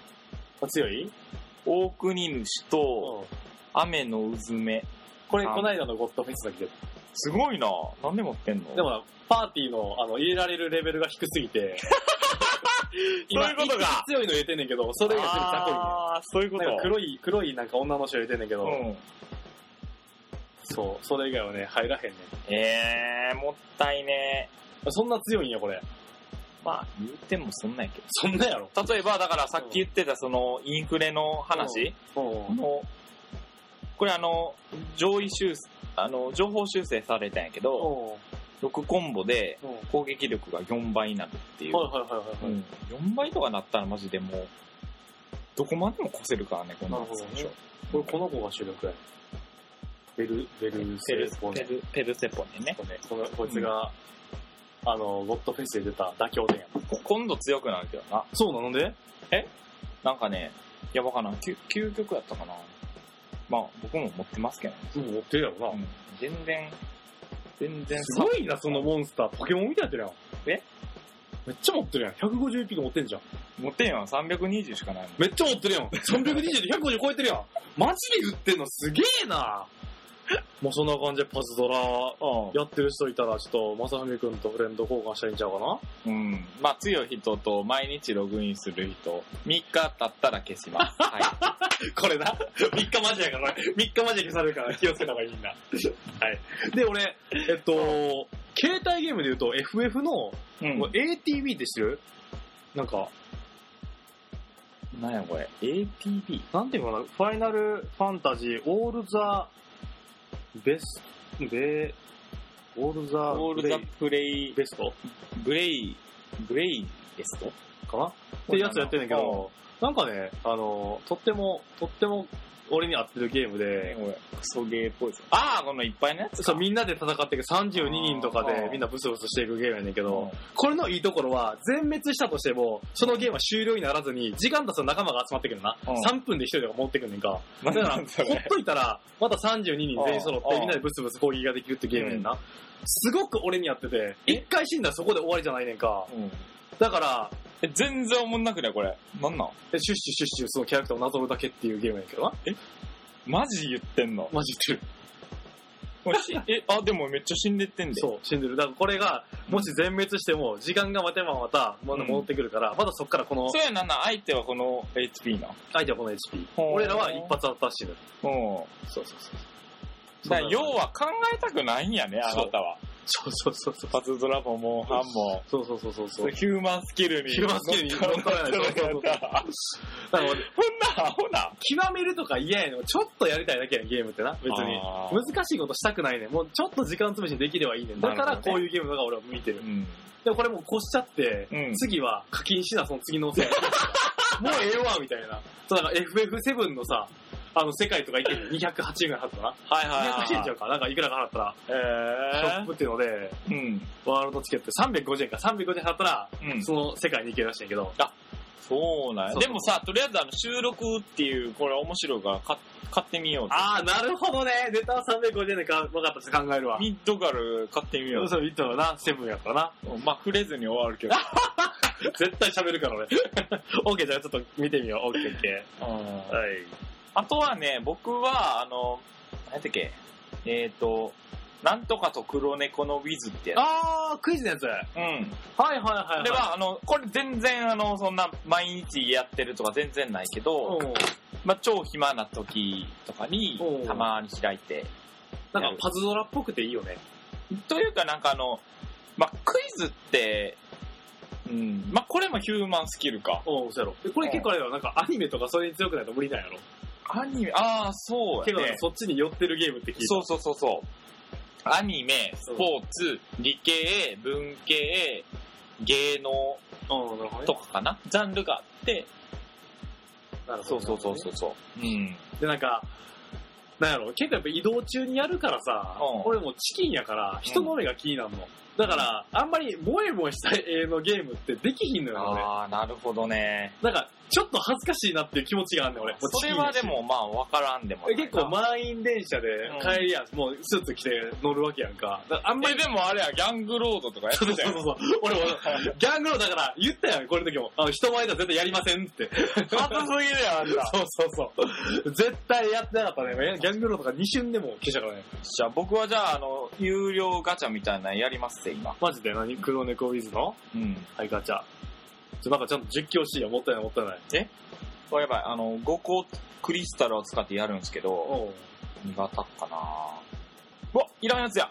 S1: あ、強い
S2: 大国主と、
S1: うん。
S2: 雨のうずめ。
S1: これ、
S2: あ
S1: こないだのゴッドフェスだけど。
S2: すごいななんで持ってんの
S1: でもな、パーティーの、あの、入れられるレベルが低すぎ て。
S2: そういうことか
S1: 一番強いの入れてんねんけど、それが全部雑魚いねん。
S2: ああ、そういうこ
S1: なんか
S2: と。
S1: 黒い、黒いなんか女の人入れてんねんけど、
S2: うん。
S1: そう、それ以外はね、入らへんね
S2: えー、もったいね
S1: ん。そんな強いんや、これ。
S2: まあ、言うてもそんなんやけ
S1: そんなやろ。
S2: ど。例えば、だからさっき言ってたその、インフレの話
S1: うん。
S2: の、これあの、上位修正、あの、情報修正されたんやけど、6コンボで
S1: うん。
S2: 攻撃力が4倍になるっていう。
S1: はいはいはいはい。は
S2: う
S1: い
S2: ん、4倍とかなったらマジでもう、どこまでも越せるからね、こんな
S1: なる
S2: の
S1: ほど
S2: 最
S1: ね
S2: 初。
S1: これこの子が主力や。ベル、ベル
S2: ペ
S1: セ
S2: ル
S1: レスポ、ン
S2: ペル、ペルセポネね。
S1: ね。この、こいつが、あの、ゴッドフェスで出た妥協点や。
S2: こ今度強くなるけどな。
S1: そうなので
S2: なんかね、いやばかな。究究極やったかな。まあ、僕も持ってますけどね。
S1: もう持ってるやろ
S2: う
S1: な。
S2: ん全然、全然
S1: すごいな、そのモンスター。ポケモンみたいになってるやん。
S2: え
S1: めっちゃ持ってるやん。151匹持ってんじゃん。
S2: 持ってんやん、320しかないもん。
S1: めっちゃ持ってるやん。320で150超えてるやん。マジで振ってんのすげえな。もうそんな感じでパズドラやってる人いたら、ちょっと、まさふみくんとフレンド交換したらいいんちゃうかな
S2: うん。まあ、強い人と毎日ログインする人、3日経ったら消します。はい。
S1: これな。3日マジやから、3日マジで消されるから気をつけた方がいいんだ。はい。で、俺、えっと、携帯ゲームで言うと FF の、
S2: うん
S1: もう ATB って知ってるなんか、
S2: なんやこれ。ATB?
S1: なんていうのかな、ファイナルファンタジー、オールザ、ベス、ベ、オールザ、
S2: オールザプレイ、
S1: ベスト
S2: ブレイ、ブレイですと
S1: かなってやつやってんだけど、なんかね、あの、とっても、とっても俺に合ってるゲーム
S2: え
S1: で、
S2: これ、クソゲーっぽいですああ、このいっぱいのやつ
S1: そう、みんなで戦っていく32人とか
S2: あ
S1: で
S2: ー
S1: みんなブスブスしていくゲームやねんけ
S2: け
S1: ど、、これのいいところは、全滅したとしても、そのゲームは終了にならずに、時間経つと仲間が集まってくるな。
S2: うん
S1: 3分で1人とか持ってくんねんか。
S2: な
S1: だ
S2: んだ
S1: か
S2: ろ
S1: ら、ほ
S2: う
S1: っといたら、また32人全員揃っ
S2: う
S1: て、
S2: ん
S1: みんなでブツブツ攻撃ができるってゲームやんな。すごく俺にやってて、
S2: え
S1: 一回死んだらそこで終わりじゃないねんか。
S2: うん
S1: だから、
S2: え全然おもんなくないこれ。なんなん
S1: えシュッシュシュッシュそのキャラクターをなぞるだけっていうゲームやねんけどな。
S2: マジ言ってんの
S1: マジ言って
S2: これし え、あ、でもめっちゃ死んでってん
S1: る。
S2: で。
S1: そう、死んでる。だからこれが、もし全滅しても、時間が待てばまた、まだ戻ってくるから、まだそっからこの
S2: そ、うやなんなん、相手はこの HP な。
S1: 相手はこの HP。
S2: ほう
S1: 俺らは一発当たって死ぬ。
S2: うん。
S1: そうそうそう。
S2: だから要は考えたくないんやね、あなたは。
S1: そうそうそうそう。
S2: パズドラもモンハンも。
S1: そうそうそうそうそう。
S2: ヒューマンスキルに。
S1: ヒューマンスキルに乗っ取らないと
S2: 乗っ取らないと
S1: そうだから俺
S2: ほんな、ほな。
S1: 極めるとか嫌やねん。ちょっとやりたいだけやねん、ゲームってな。別に。
S2: あー
S1: 難しいことしたくないねん。もうちょっと時間潰しにできればいいねん。だか
S2: なる
S1: ら
S2: ほどね
S1: こういうゲームのが俺は向いてる
S2: う。ん。
S1: でもこれもう越しちゃって、
S2: うん
S1: 次は課金しな、その次のお世話 もうええわ、みたいな。そうだから FF7 のさ、あの世界とか行ける280円払ったな。
S2: はいはいはい。
S1: 280円ちゃうか。なんかいくらか払ったら、ショップっていうので、
S2: えー。うん。
S1: ワールドチケット350円か。350円払ったら、
S2: うん。
S1: その世界に行けるらしいんやけど。
S2: そうなんや
S1: そう
S2: でもさ、とりあえずあの収録っていう、これ面白いから買買ってみようぜ
S1: あー、なるほどね。ネタは350円でか、分かったし考えるわ。
S2: ミッドガル買ってみようぜ
S1: そう、言ったのな、セブンやからな。
S2: まあ、触れずに終わるけど。
S1: 絶対喋るから俺。 オッケーじゃあちょっと見てみよう。オッケーオッケ
S2: うん
S1: ー。はい。
S2: あとはね、僕は、あの、何やったっけ、えっ、と、なんとかと黒猫のウィズってや
S1: あー、クイズのやつ。はい
S2: つ。うん。
S1: はいはい、は
S2: こ
S1: い。
S2: れ、は、あの、これ全然、あの、そんな、毎日やってるとか全然ないけど、
S1: うん。
S2: まあ、超暇な時とかに
S1: おう、
S2: たまに開いて。
S1: なんかパズドラっぽくていいよね。
S2: というか、なんかあの、まあ、クイズって、うん、まあ、これもヒューマンスキルか。
S1: うん、そうやろ。でこれ結構あれだよ、なんかアニメとかそれに強くないと無理なんやろ。
S2: アニメ、ああ、そう
S1: 結
S2: や
S1: 構なん
S2: ね
S1: か。そっちに寄ってるゲームって聞いた。
S2: そうそうそうそう。アニメ、スポーツ、理系、文系、芸能
S1: うん、なるほどね
S2: と。かかなジャンルがあって、
S1: なるほ
S2: そ
S1: ど
S2: うそうそうそう。そう。うん。
S1: で、なんか、なんやろ、結構やっぱ移動中にやるからさ、
S2: うん
S1: 俺もうチキンやから、人の目が気になるの。だから、あんまり萌え萌えした絵のゲームってできひんのよね、俺。
S2: ああ、なるほどね。
S1: なんか、ちょっと恥ずかしいなっていう気持ちがあるね、俺。
S2: それはで。もまあわからんでもないな。
S1: 結構満員電車で帰りや、もうスーツ着て乗るわけやんか。だからあんま
S2: え
S1: り、
S2: でもあれや、ギャングロードとかやっ
S1: そう
S2: て
S1: そ
S2: た
S1: う
S2: よ。
S1: そうそう。俺も、ギャングローだから言ったやん、これの時も。あの人前では絶対やりませんって。
S2: ハートすぎるやん、あんた。
S1: そうそうそう。絶対やってなかったね。ギャングローとか2瞬でも消したからね。
S2: じゃあ僕はじゃあ、あの、有料ガチャみたいなのやりますって、今。
S1: マジで何黒猫ウィズの
S2: うん。
S1: はい、ガチャ。ちょ、なんかちゃんと実況しいよ。もったいない、もったいない。
S2: これやばい、あの、5個クリスタルを使ってやるんですけど、
S1: おう
S2: 苦手かなうわいらんやつや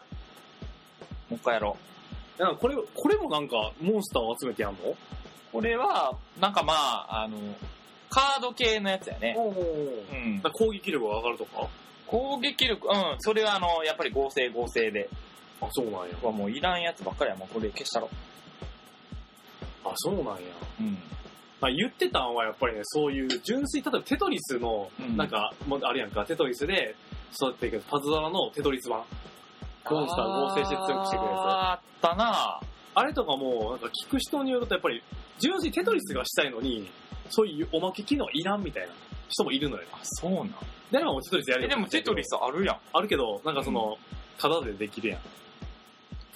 S2: もう一回やろう。
S1: なんかこれ、これもなんか、モンスターを集めてやんの
S2: これは、なんかまあ、あの、カード系のやつやね。
S1: おう
S2: うん
S1: なんか。攻撃力が上がるとか
S2: 攻撃力、うん、それはあの、やっぱり合成合成で。
S1: あ、そうなんや。
S2: うわもういらんやつばっかりや、もうこれ消したろ。
S1: あ、そうなんや。
S2: うん。
S1: まあ、言ってたんはやっぱりね、そういう純粋、例えばテトリスの
S2: う、ん
S1: なんか、もうあれやんか、テトリスで、そうだったけど、パズドラのテトリス版。モンスターを合成して強くしてくれるや
S2: あ
S1: つ
S2: ーあったな
S1: あれとかも、なんか聞く人によるとやっぱり、純粋にテトリスがしたいのに、そういうおまけ機能いらんみたいな人もいるのよ。
S2: あ、そうなん
S1: 誰もテトリスや
S2: え、
S1: るよ
S2: でもテトリスあるやん。
S1: あるけど、なんかその、ただでできるやん。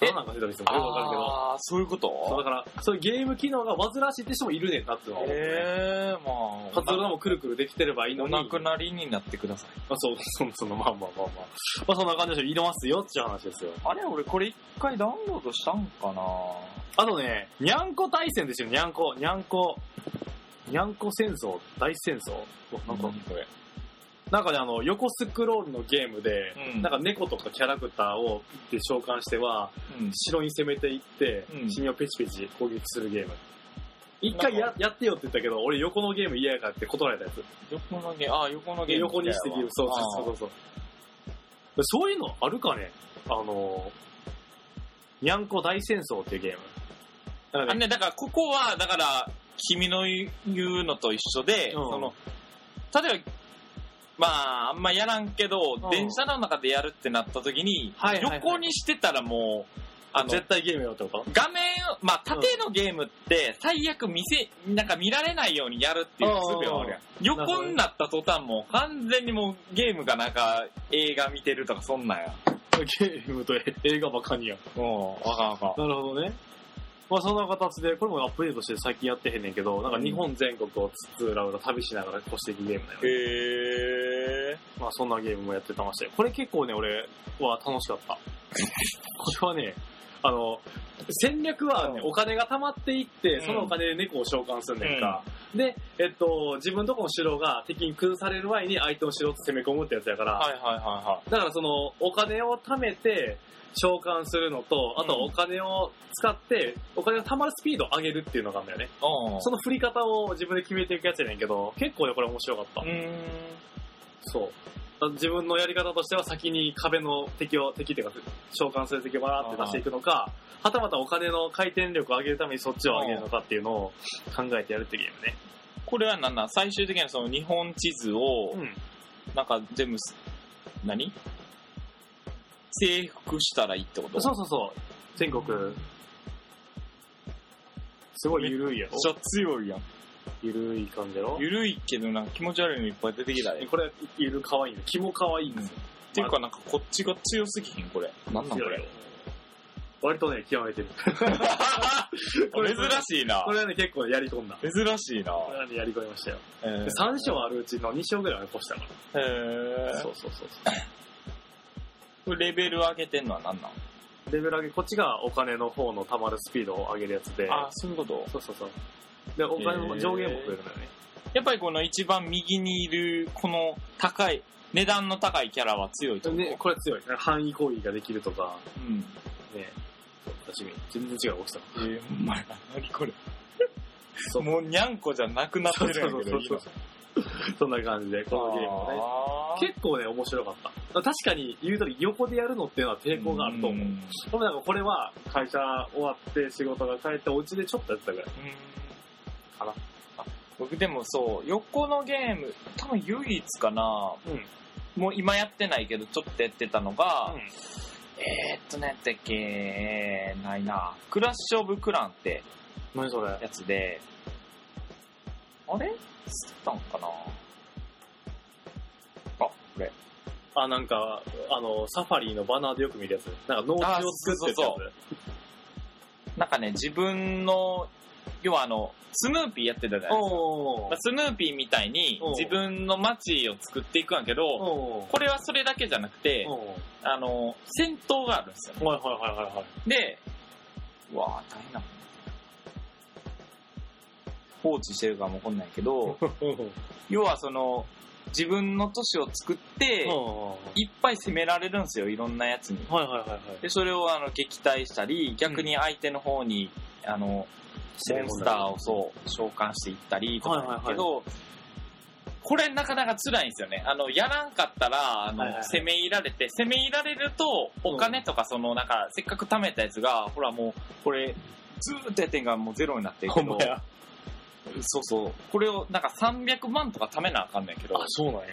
S1: ただなんかテトリスもよくわかるけど。
S2: あー、そういうこ
S1: そう
S2: と
S1: だから、そういうゲーム機能が煩わしいって人もいるねんなってのは思うね。
S2: えー、まあ。
S1: パズドラもくるくるできてればいいの
S2: お
S1: に。
S2: 亡くなりになってください。
S1: まあ、そう、その、その、まあまあまあまあ。まあそんな感じでしょ。いりますよっていう話ですよ。
S2: あれ、俺これ一回ダウンロードしたんかな
S1: あとね、にゃんこ対戦ですよ、にゃんこ。にゃんこ。にゃんこ戦争、大戦争うわなんか、これ。なんかね、あの、横スクロールのゲームで、
S2: うん
S1: なんか猫とかキャラクターをピッて召喚しては、
S2: うん。
S1: 城に攻めていって、
S2: うん
S1: 死にをペチペチ攻撃するゲーム。一回ややってよって言ったけど、俺横のゲーム嫌やからって断られたやつ。
S2: 横のゲーム、あー、横のゲーム。
S1: 横にしてゲーム。そうそうそうそう。そういうのあるかねあの、にゃんこ大戦争っていうゲーム。なん
S2: あ
S1: か
S2: の
S1: ね
S2: ね、だからここは、だから、君の言うのと一緒で、
S1: うん
S2: その、例えば、まあ、あんまやらんけど、
S1: うん
S2: 電車の中でやるってなった時に、
S1: はいはいはい
S2: 横にしてたらもう、あの、
S1: 絶対ゲームやろってこと
S2: 画面を、まあ、縦のゲームって、最悪見せ、なんか見られないようにやるっていう術があるやん。
S1: うん
S2: 横になった途端もう完全にもうゲームがなんか映画見てるとかそんなんや。
S1: ゲームと映画ばかにや。
S2: うん、わかんわかん。
S1: なるほどね。まあそんな形で、これもアップデートして最近やってへんねんけど、なんか日本全国をつつうらうら旅しながら越していくゲームだよ、ね。
S2: へー。
S1: まあそんなゲームもやってましたよ。これ結構ね、俺は楽しかった。これはね、あの、戦略はね、
S2: うん
S1: お金が貯まっていって
S2: う、ん
S1: そのお金で猫を召喚するねんか。で、えっと、自分とこの城が敵に崩される前に相手の城を攻め込むってやつやから、
S2: はいはいは
S1: だからその、お金を貯めて、召喚するのと、あとは
S2: うん
S1: お金を使って、お金が貯まるスピードを上げるっていうのがあるんだよね。
S2: いはい。うん。
S1: その振り方を自分で決めていくやつやねんけど、結構ね、これ面白かった。
S2: うーん。
S1: そう。あ自分のやり方としては先に壁の敵を、敵っていうか、召喚する敵をバーって出していくのか、はたまたお金の回転力を上げるためにそっちを上げるのかっていうのを考えてやるってゲームね。
S2: これはなんなん最終的にはその日本地図を、
S1: うん。
S2: なんか全部す、何征服したらいいってこと
S1: そうそうそう。全国、すごい緩いやろ
S2: めっちゃ強いやん。
S1: 緩い感じやろ
S2: ゆるいけどなんか気持ち悪いのいっぱい出てきたね。
S1: これ、いる可愛いの。気も可愛いんですよ。
S2: っていうかなんかこっちが強すぎひんこれ。なんなんこれ。
S1: 割とね、極め てる。これ
S2: 珍しいな
S1: こ。れはね、結構やり込んだ。
S2: 珍しいな。
S1: これはね、やり込みましたよ。
S2: えー
S1: で3章あるうちの2章ぐらいは越したか
S2: へ
S1: ら。
S2: ー
S1: そうそうそうそ
S2: これレベル上げてんのは何なの
S1: う。レベル上げ、こっちがお金の方の溜まるスピードを上げるやつで。
S2: あ、そういうこと
S1: そうそうそう。で、お金
S2: へ
S1: も
S2: ー
S1: 上限も増えるのよね。
S2: やっぱりこの一番右にいる、この高い、値段の高いキャラは強いってこと
S1: ね、これ強い。範囲攻撃ができるとか、
S2: うん。
S1: ね。そう確かに。全然違う、落ちた。
S2: えー、ほんまやな何これ。
S1: そう
S2: もうにゃんこじゃなくなってるんやけど、
S1: そうそうそう そう。そんな感じで、このゲームをね。
S2: 結
S1: 結構ね、面白かった。確かに言う通り、横でやるのっていうのは抵抗があると思う。でもなんかこれは、会社終わって仕事が帰って、お家でちょっとやってたぐらい。
S2: かな。あ僕でもそう、横のゲーム、多分唯一かな、もう今やってないけど、ちょっとやってたのが、えー、っと、なんやったっけ、ないな、クラッシュオブクランって
S1: 何それ
S2: やつで、あれ知ったんかなあ、これ。
S1: あ、なんか、あの、サファリのバナーでよく見るやつ。なんか農地を作ってたや
S2: あそうなんかね、自分の、要はあの、スヌーピーやってたじゃないです
S1: つ。
S2: か。
S1: お
S2: まあスヌーピーみたいに
S1: おう
S2: 自分の街を作っていくんやけど、
S1: お
S2: これはそれだけじゃなくて、あの、戦闘があるんですよね。
S1: はいはいはいはいはい。
S2: で、うわぁ、大変な。放置してるかもわかんないけど、要はその、自分の都市を作って、
S1: はい
S2: っぱい攻められるんですよ、いろんなやつに。
S1: いはいはいはい。
S2: で、それをあの撃退したり、逆に相手の方に、あの、モンスターをそう、召喚していったりとかだけど、これなかなか辛いんですよね。あの、やらんかったら、あの、
S1: はいはいはい
S2: 攻め入られて、攻め入られると、お金とかその、なんか、せっかく貯めたやつが、ほらもう、これ、ずーっとやってんがもうゼロになってるけ
S1: ほ
S2: ど
S1: んま、や。
S2: そうそう。これをなんか300万とか貯めなあかんねんけど、
S1: そうなんや。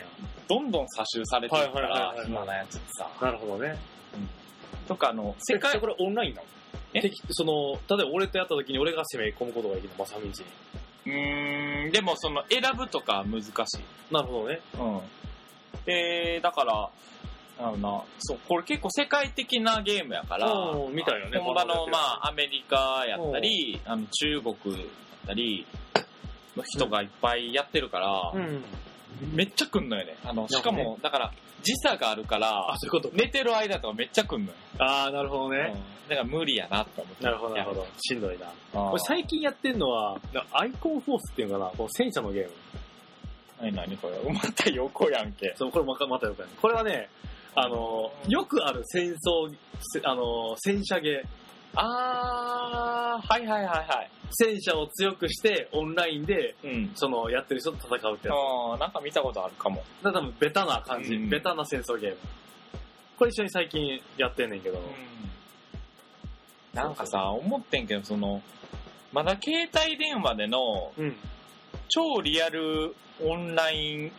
S2: どんどん差しされてるか
S1: はいはいはい
S2: ら
S1: は、い
S2: 今のやつってさ。
S1: なるほどね。
S2: とかあの、世
S1: 世界
S2: 界、
S1: これオンラインなの
S2: え
S1: 敵その、例えば俺とやった時に俺が攻め込むことができるの、まさみちに。
S2: うーん、でもその選ぶとかは難しい。
S1: なるほどね。
S2: うん。で、だから、あのな、そう、これ結構世界的なゲームやから、
S1: うんみたいよね
S2: 本場
S1: この
S2: の、
S1: 話
S2: まあ、アメリカやったり、あの中国やったり、の人がいっぱいやってるから、
S1: ん。
S2: めっちゃ来んのよね。あの、しか
S1: なる
S2: も、だから、時差があるから
S1: あ、、そういうこと。
S2: 寝てる間とかめっちゃ来んのよ。
S1: ああ、なる
S2: う
S1: ほど
S2: ん
S1: ね。
S2: だから無理やなって思って。
S1: なるほど、なるほど。しんどいな。
S2: あー
S1: 俺最近やってんのは、なアイコンフォースっていうのかな、こう戦車のゲーム。
S2: 何何これ。また横やんけ。
S1: そう、これまたまたよくやるこれはね、あの、よくある戦争、せあの、戦車ゲー。
S2: あー、はいはいはいはい。
S1: 戦車を強くして、オンラインで、
S2: うん。
S1: その、やってる人と戦うってやつ。
S2: あー、なんか見たことあるかも。
S1: だから多分、ベタな感じ。
S2: うん
S1: ベタな戦争ゲーム。これ一緒に最近やってんねんけど。
S2: なんかさ、思ってんけど、その、まだ携帯電話での
S1: うん。
S2: 超リアルオンライン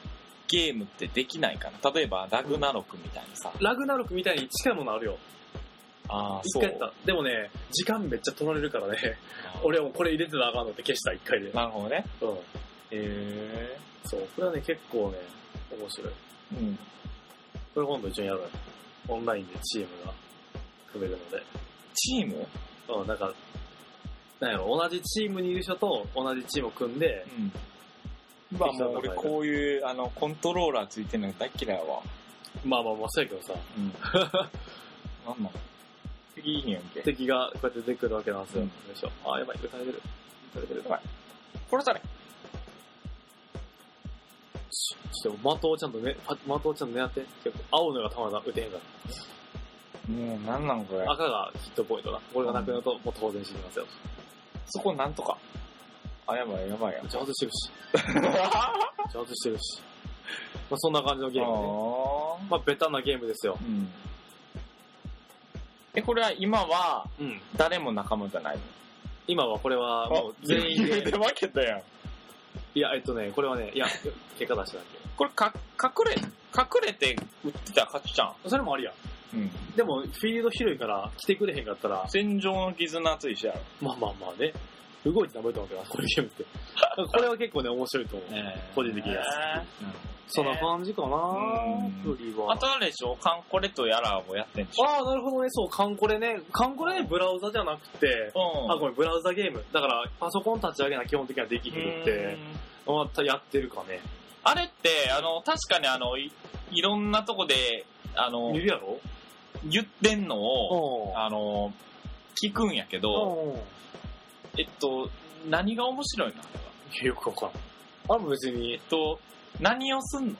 S2: ゲームってできないかな。例えば、ラグナロクみたいなさ。
S1: ラグナロクみたいに近いものあるよ。
S2: ああ、
S1: 一回やった。でもね、時間めっちゃ取られるからね。 俺はもうこれ入れてたらあかんのって消した、一回で。
S2: なるほどね。
S1: うん。
S2: へ
S1: そう。これはね、結構ね、面白い。
S2: え。うん。
S1: これ今度一緒にやろうよ。オンラインでチームが組めるので。
S2: チーム
S1: うん、なんか、なんやろ、同じチームにいる人と同じチームを組んで、
S2: うん。まあもう俺こういう、あの、コントローラーついてるの大嫌いやわ。
S1: まあまあまあ、そうやけどさ、
S2: うん。なんなん次いいねんけ。
S1: 敵がこうやって出てくるわけなんですよ。
S2: うん
S1: よいしょ。あー、やばい、撃たれてる。撃たれてる。
S2: 殺され。
S1: ちょっと的をちゃんとね、パ的をちゃんと狙って。結構青のが弾が撃てへんか
S2: もうなんなんこれ
S1: ら。。赤がヒットポイントだ。これがなくなると、もう当然死にますよ。
S2: そこなんとか。あ、やばいやばいや
S1: 上手してる し。上手してるし。まあそんな感じのゲームね。
S2: あ
S1: まあベタなゲームですよ
S2: ー。うん。え、これは今は
S1: うん。
S2: 誰も仲間じゃないの
S1: 今はこれはもう全員で、
S2: 負けたやん。
S1: いや、えっとね、これはね、いや、結果出しただ
S2: これか、隠れ、隠れて打ってたら勝ちじゃん。
S1: け。それもありや。
S2: うん。
S1: でも、フィールド広いから、来てくれへんかったら、
S2: 戦場の絆ついしやろ。
S1: まあまあまあね、動いて食べたわけだ、これゲームって。 これは結構ね、面白いと思う。個人的にはそんな感じかな
S2: うん
S1: 距離は。
S2: あとあれでしょカンコレとやらをやってんでしょ
S1: ああ、なるほどね、そう、カンコレね。カンコレね、ブラウザじゃなくて、
S2: うん
S1: あ、ごめん、ブラウザゲーム。だから、パソコン立ち上げな基本的にはできひんって
S2: う、ん
S1: またやってるかね。
S2: あれって、あの、確かにあの、いいろんなとこで、あの
S1: い、るやろ
S2: 言ってんのを、
S1: うん
S2: あの、聞くんやけど、
S1: うん。
S2: えっと、何が面白いのあれは
S1: よくわかんない。あ、別に
S2: えっ、と、何をすんの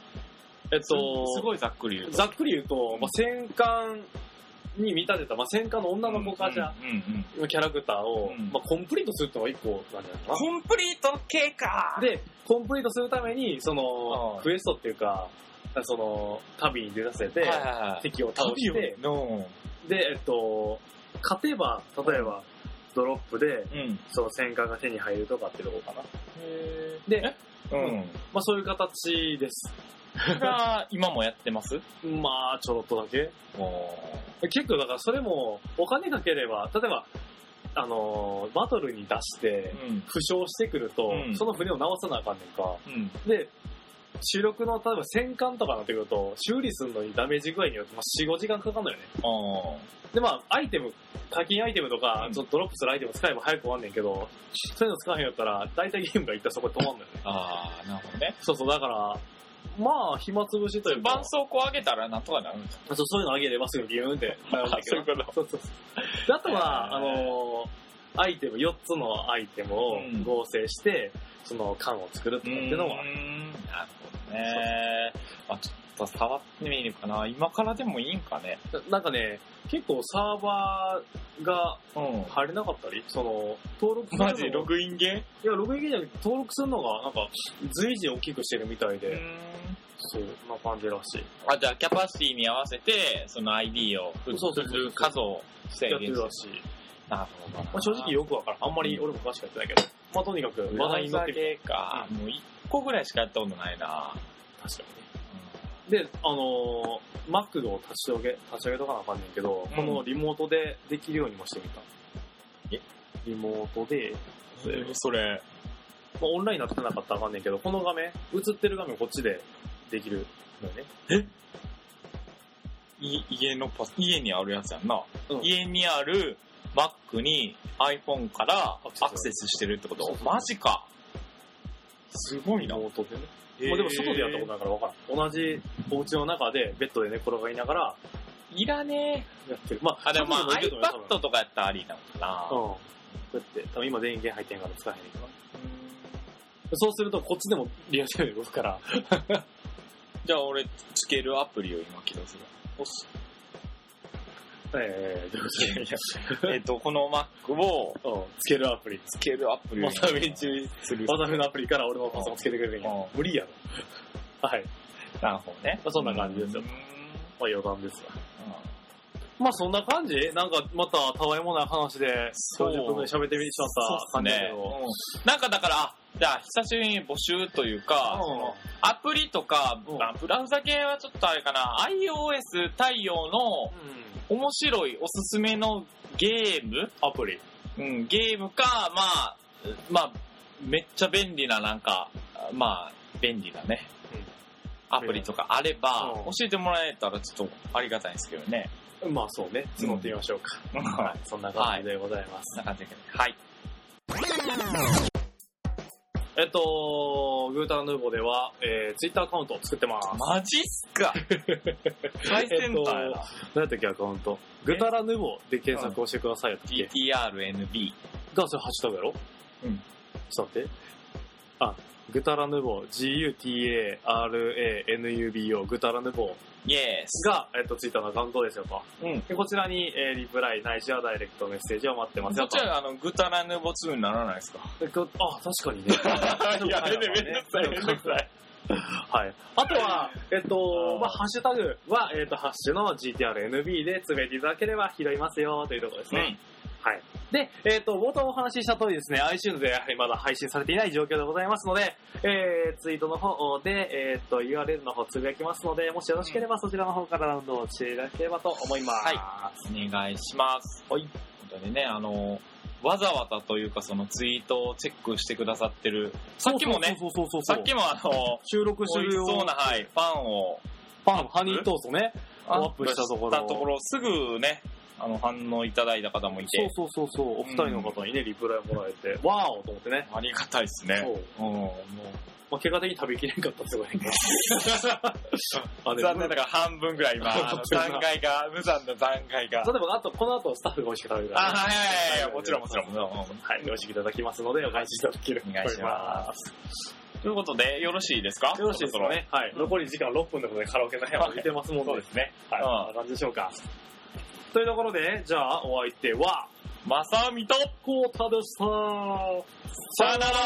S1: えっ
S2: す
S1: と、
S2: すごいざっくり言うと。
S1: ざっくり言うと、まあ、戦艦に見立てた、まあ、戦艦の女の子かじゃ、
S2: うんうんうん
S1: キャラクターを、
S2: うん
S1: まあ、コンプリートするってのが一個なんじゃないか
S2: コンプリート系か
S1: な。で、コンプリートするために、その
S2: あ、あ
S1: クエストっていうか、その、旅に出させて、
S2: はいはいはい
S1: 敵を倒して、
S2: の、
S1: で、えっと、勝てば、例えば、ドロップで、
S2: うん。
S1: その戦艦が手に入るとかってとこかな。
S2: へ
S1: で、
S2: う。
S1: うんまあそういう形です。
S2: それは今もやってます
S1: まあ、ちょろっとだけ。
S2: お
S1: 結構だからそれもお金かければ例えばあのーバトルに出して
S2: うん。
S1: 負傷してくると、
S2: うん
S1: その船を直さなあかんねんか
S2: うん。
S1: で主力の例えば戦艦とかになってくると修理するのにダメージ具合によって、まあ、45時間かかるのよね
S2: あ
S1: でまあアイテム課金アイテムとか、
S2: うん
S1: ちょっとドロップするアイテム使えば早く終わんねんけどそういうの使わへんやったら大体ゲームが一旦そこで止まんのよね
S2: あ。ああ、なるほどね。
S1: そうそうだからまあ暇つぶしというか
S2: 絆創膏あげたらなんとかなるんですか
S1: そうそういうのあげればすぐビューンってな るんだけど
S2: こと。
S1: そうそうそう。あとは、
S2: へー
S1: あのーアイテム、4つのアイテム
S2: う
S1: を
S2: ん
S1: 合成して、その缶を作るとかっていうのは、
S2: なるほどね。まあちょっと触ってみるかな。今からでもいいんかね。
S1: ななんかね、結構サーバーが
S2: うん。
S1: 入れなかったり、その、登録するの
S2: マジログインゲ
S1: いや、ログインじゃなくて登録するのが、なんか、随時大きくしてるみたいで、
S2: ー
S1: そう、な感じらしい。
S2: あ、じゃあキャパシティに合わせて、その ID を、普
S1: そうそうそうそう
S2: 数を制
S1: やって
S2: 限
S1: る
S2: する
S1: ら。しい。
S2: なるほどな。
S1: まあ、正直よくわからん。あんまり俺も詳しくやってないけど。まあ、とにかく、
S2: ブ
S1: マ
S2: ラ
S1: ナ
S2: ウ
S1: に乗
S2: ザ
S1: ってみて。
S2: 系か。もう一個ぐらいしかやったことないな。
S1: 確かにね。で、あのー、Mac を立ち上げ、立ち上げとかなあかんねんけど、このリモートでできるようにもしてみた。
S2: え
S1: リモートで、
S2: うん
S1: うん
S2: それ。
S1: まあ、オンラインになってなかったらあかんねんけど、この画面、映ってる画面こっちでできるのよね。
S2: い家のパソ家にあるやつやんな、
S1: うん
S2: 家にある Mac に iPhone から
S1: ア
S2: ア
S1: ク
S2: ク
S1: セ
S2: セスしてるってこと
S1: そうそう
S2: マジかすごい
S1: リ
S2: な、
S1: モートでね。
S2: えー
S1: もうでも外でやったことないから分からん。同じお家の中でベッドで寝転がりながら
S2: いらねえ
S1: やってる。まあ、
S2: あでもまあ
S1: 外でもいいけどね
S2: iPad とかやったらありなのかな
S1: 多分うん。こうやって、多分今電源入ってんから使えへんねんけど。そうするとこっちでもリアルタイムで動くから、
S2: じゃあ俺つけるアプリを今起動する押す
S1: えー、どうしよ
S2: えっ とこの Mac を
S1: ううんつけるアプリ。
S2: つけるアプリを
S1: まさみ注意
S2: する
S1: わざふのアプリから俺のパソコンつけてくれるんや
S2: うん。
S1: 無理やろ。はい。
S2: なるほどね
S1: まあそんな感じですよ
S2: うん
S1: まあ余談ですわ。まあそんな感じなんかまたたわいもない話で、
S2: そう
S1: 40分ぐらい喋ってみてしまった感じだけど。
S2: うんなんかだから、あじゃあ久しぶりに募集というか、そのアプリとか、
S1: うん
S2: あブラウザ系はちょっとあれかな、iOS 対応の
S1: う
S2: 面白いおすすめのゲーム
S1: ん。アプリ。
S2: うん、ゲームか、まあ、まあ、めっちゃ便利ななんか、まあ、便利なね
S1: うん。
S2: アプリとかあれば
S1: うん、
S2: 教えてもらえたらちょっとありがたいんですけどね。
S1: まあそうね、募ってみましょうか。
S2: は
S1: はい、そんな感じでございま
S2: い。
S1: す。
S2: そんな感じで。はい。
S1: えっと、グータンヌーボーでは、えー、ツイッターアカウントを作ってます。
S2: マジっす か最先端やな。
S1: 何やったっけアカウント。グタラヌーボーで検索をしてくださいよって言って。
S2: GTRNB。
S1: が、それハッシュタグやろ
S2: うん。
S1: ちょっと待って。あ、グタラヌーボー、G-U-T-A-R-A-N-U-B-O、グタラヌーボー
S2: イエース。
S1: が、えっと、ツイッターのアカウントですよと。
S2: うん。
S1: で、こちらに、えーリプライ、ないしはダイレクトメッセージを待ってます
S2: そっ
S1: よと
S2: ち。は、あの、ぐたらぬぼつぶにならないですか
S1: でこあ、確かにね。
S2: いやめんどくさいめんどくさ
S1: い。はい。あとは、えっと
S2: う、ん
S1: まあ、ハッシュタグは、えっと、ハッシュの GTRNB でつぶやいていただければ拾いますよというところですね。
S2: ん。
S1: はい。で、えっ、と、冒頭お話しした通りですね、iTunes でやはりまだ配信されていない状況でございますので、えー、ツイートの方で、えっ、と、URL の方つぶやきますので、もしよろしければそちらの方からダウンロードしていただければと思います。
S2: はお願いします。はい。本当にね、あの、わざわざというか、そのツイートをチェックしてくださってる、さっきもね、
S1: そうそうそうそうそ
S2: さ
S1: う
S2: っきもあの、
S1: 収録
S2: 美
S1: 終
S2: 味し
S1: 了
S2: そうな、はい、パンを
S1: パン、ハニートーストね。アップしたところ
S2: アップしたところすぐね、あの、反応いただいた方もいて、
S1: そうそうそうそう、お二人の方にね、リプライもらえて、わーおと思ってね。
S2: ありがたいですね。
S1: そう。
S2: うん、も
S1: まあ、結果的に食べきれんかったってことやけ どあ
S2: う。
S1: でも
S2: 残念だから半分ぐらい今、あの残骸が、無残な残骸が
S1: そう。でも、あと、この後スタッフが美味しく食べるから、
S2: あ、はいはいはい、もちろんもちろん。うん
S1: はい、よろしくいただきますので、お返しいただける
S2: お願いします。ということで、よろしいですか
S1: よろしいですかね。はい。
S2: うん
S1: 残り時間6分のことでカラオケの部屋も見てますもんね。
S2: そうですね。
S1: はい。こんな感じでしょうか。というところで、じゃあ、お相手は、
S2: まさみと、
S1: こうたでした。
S2: さよなら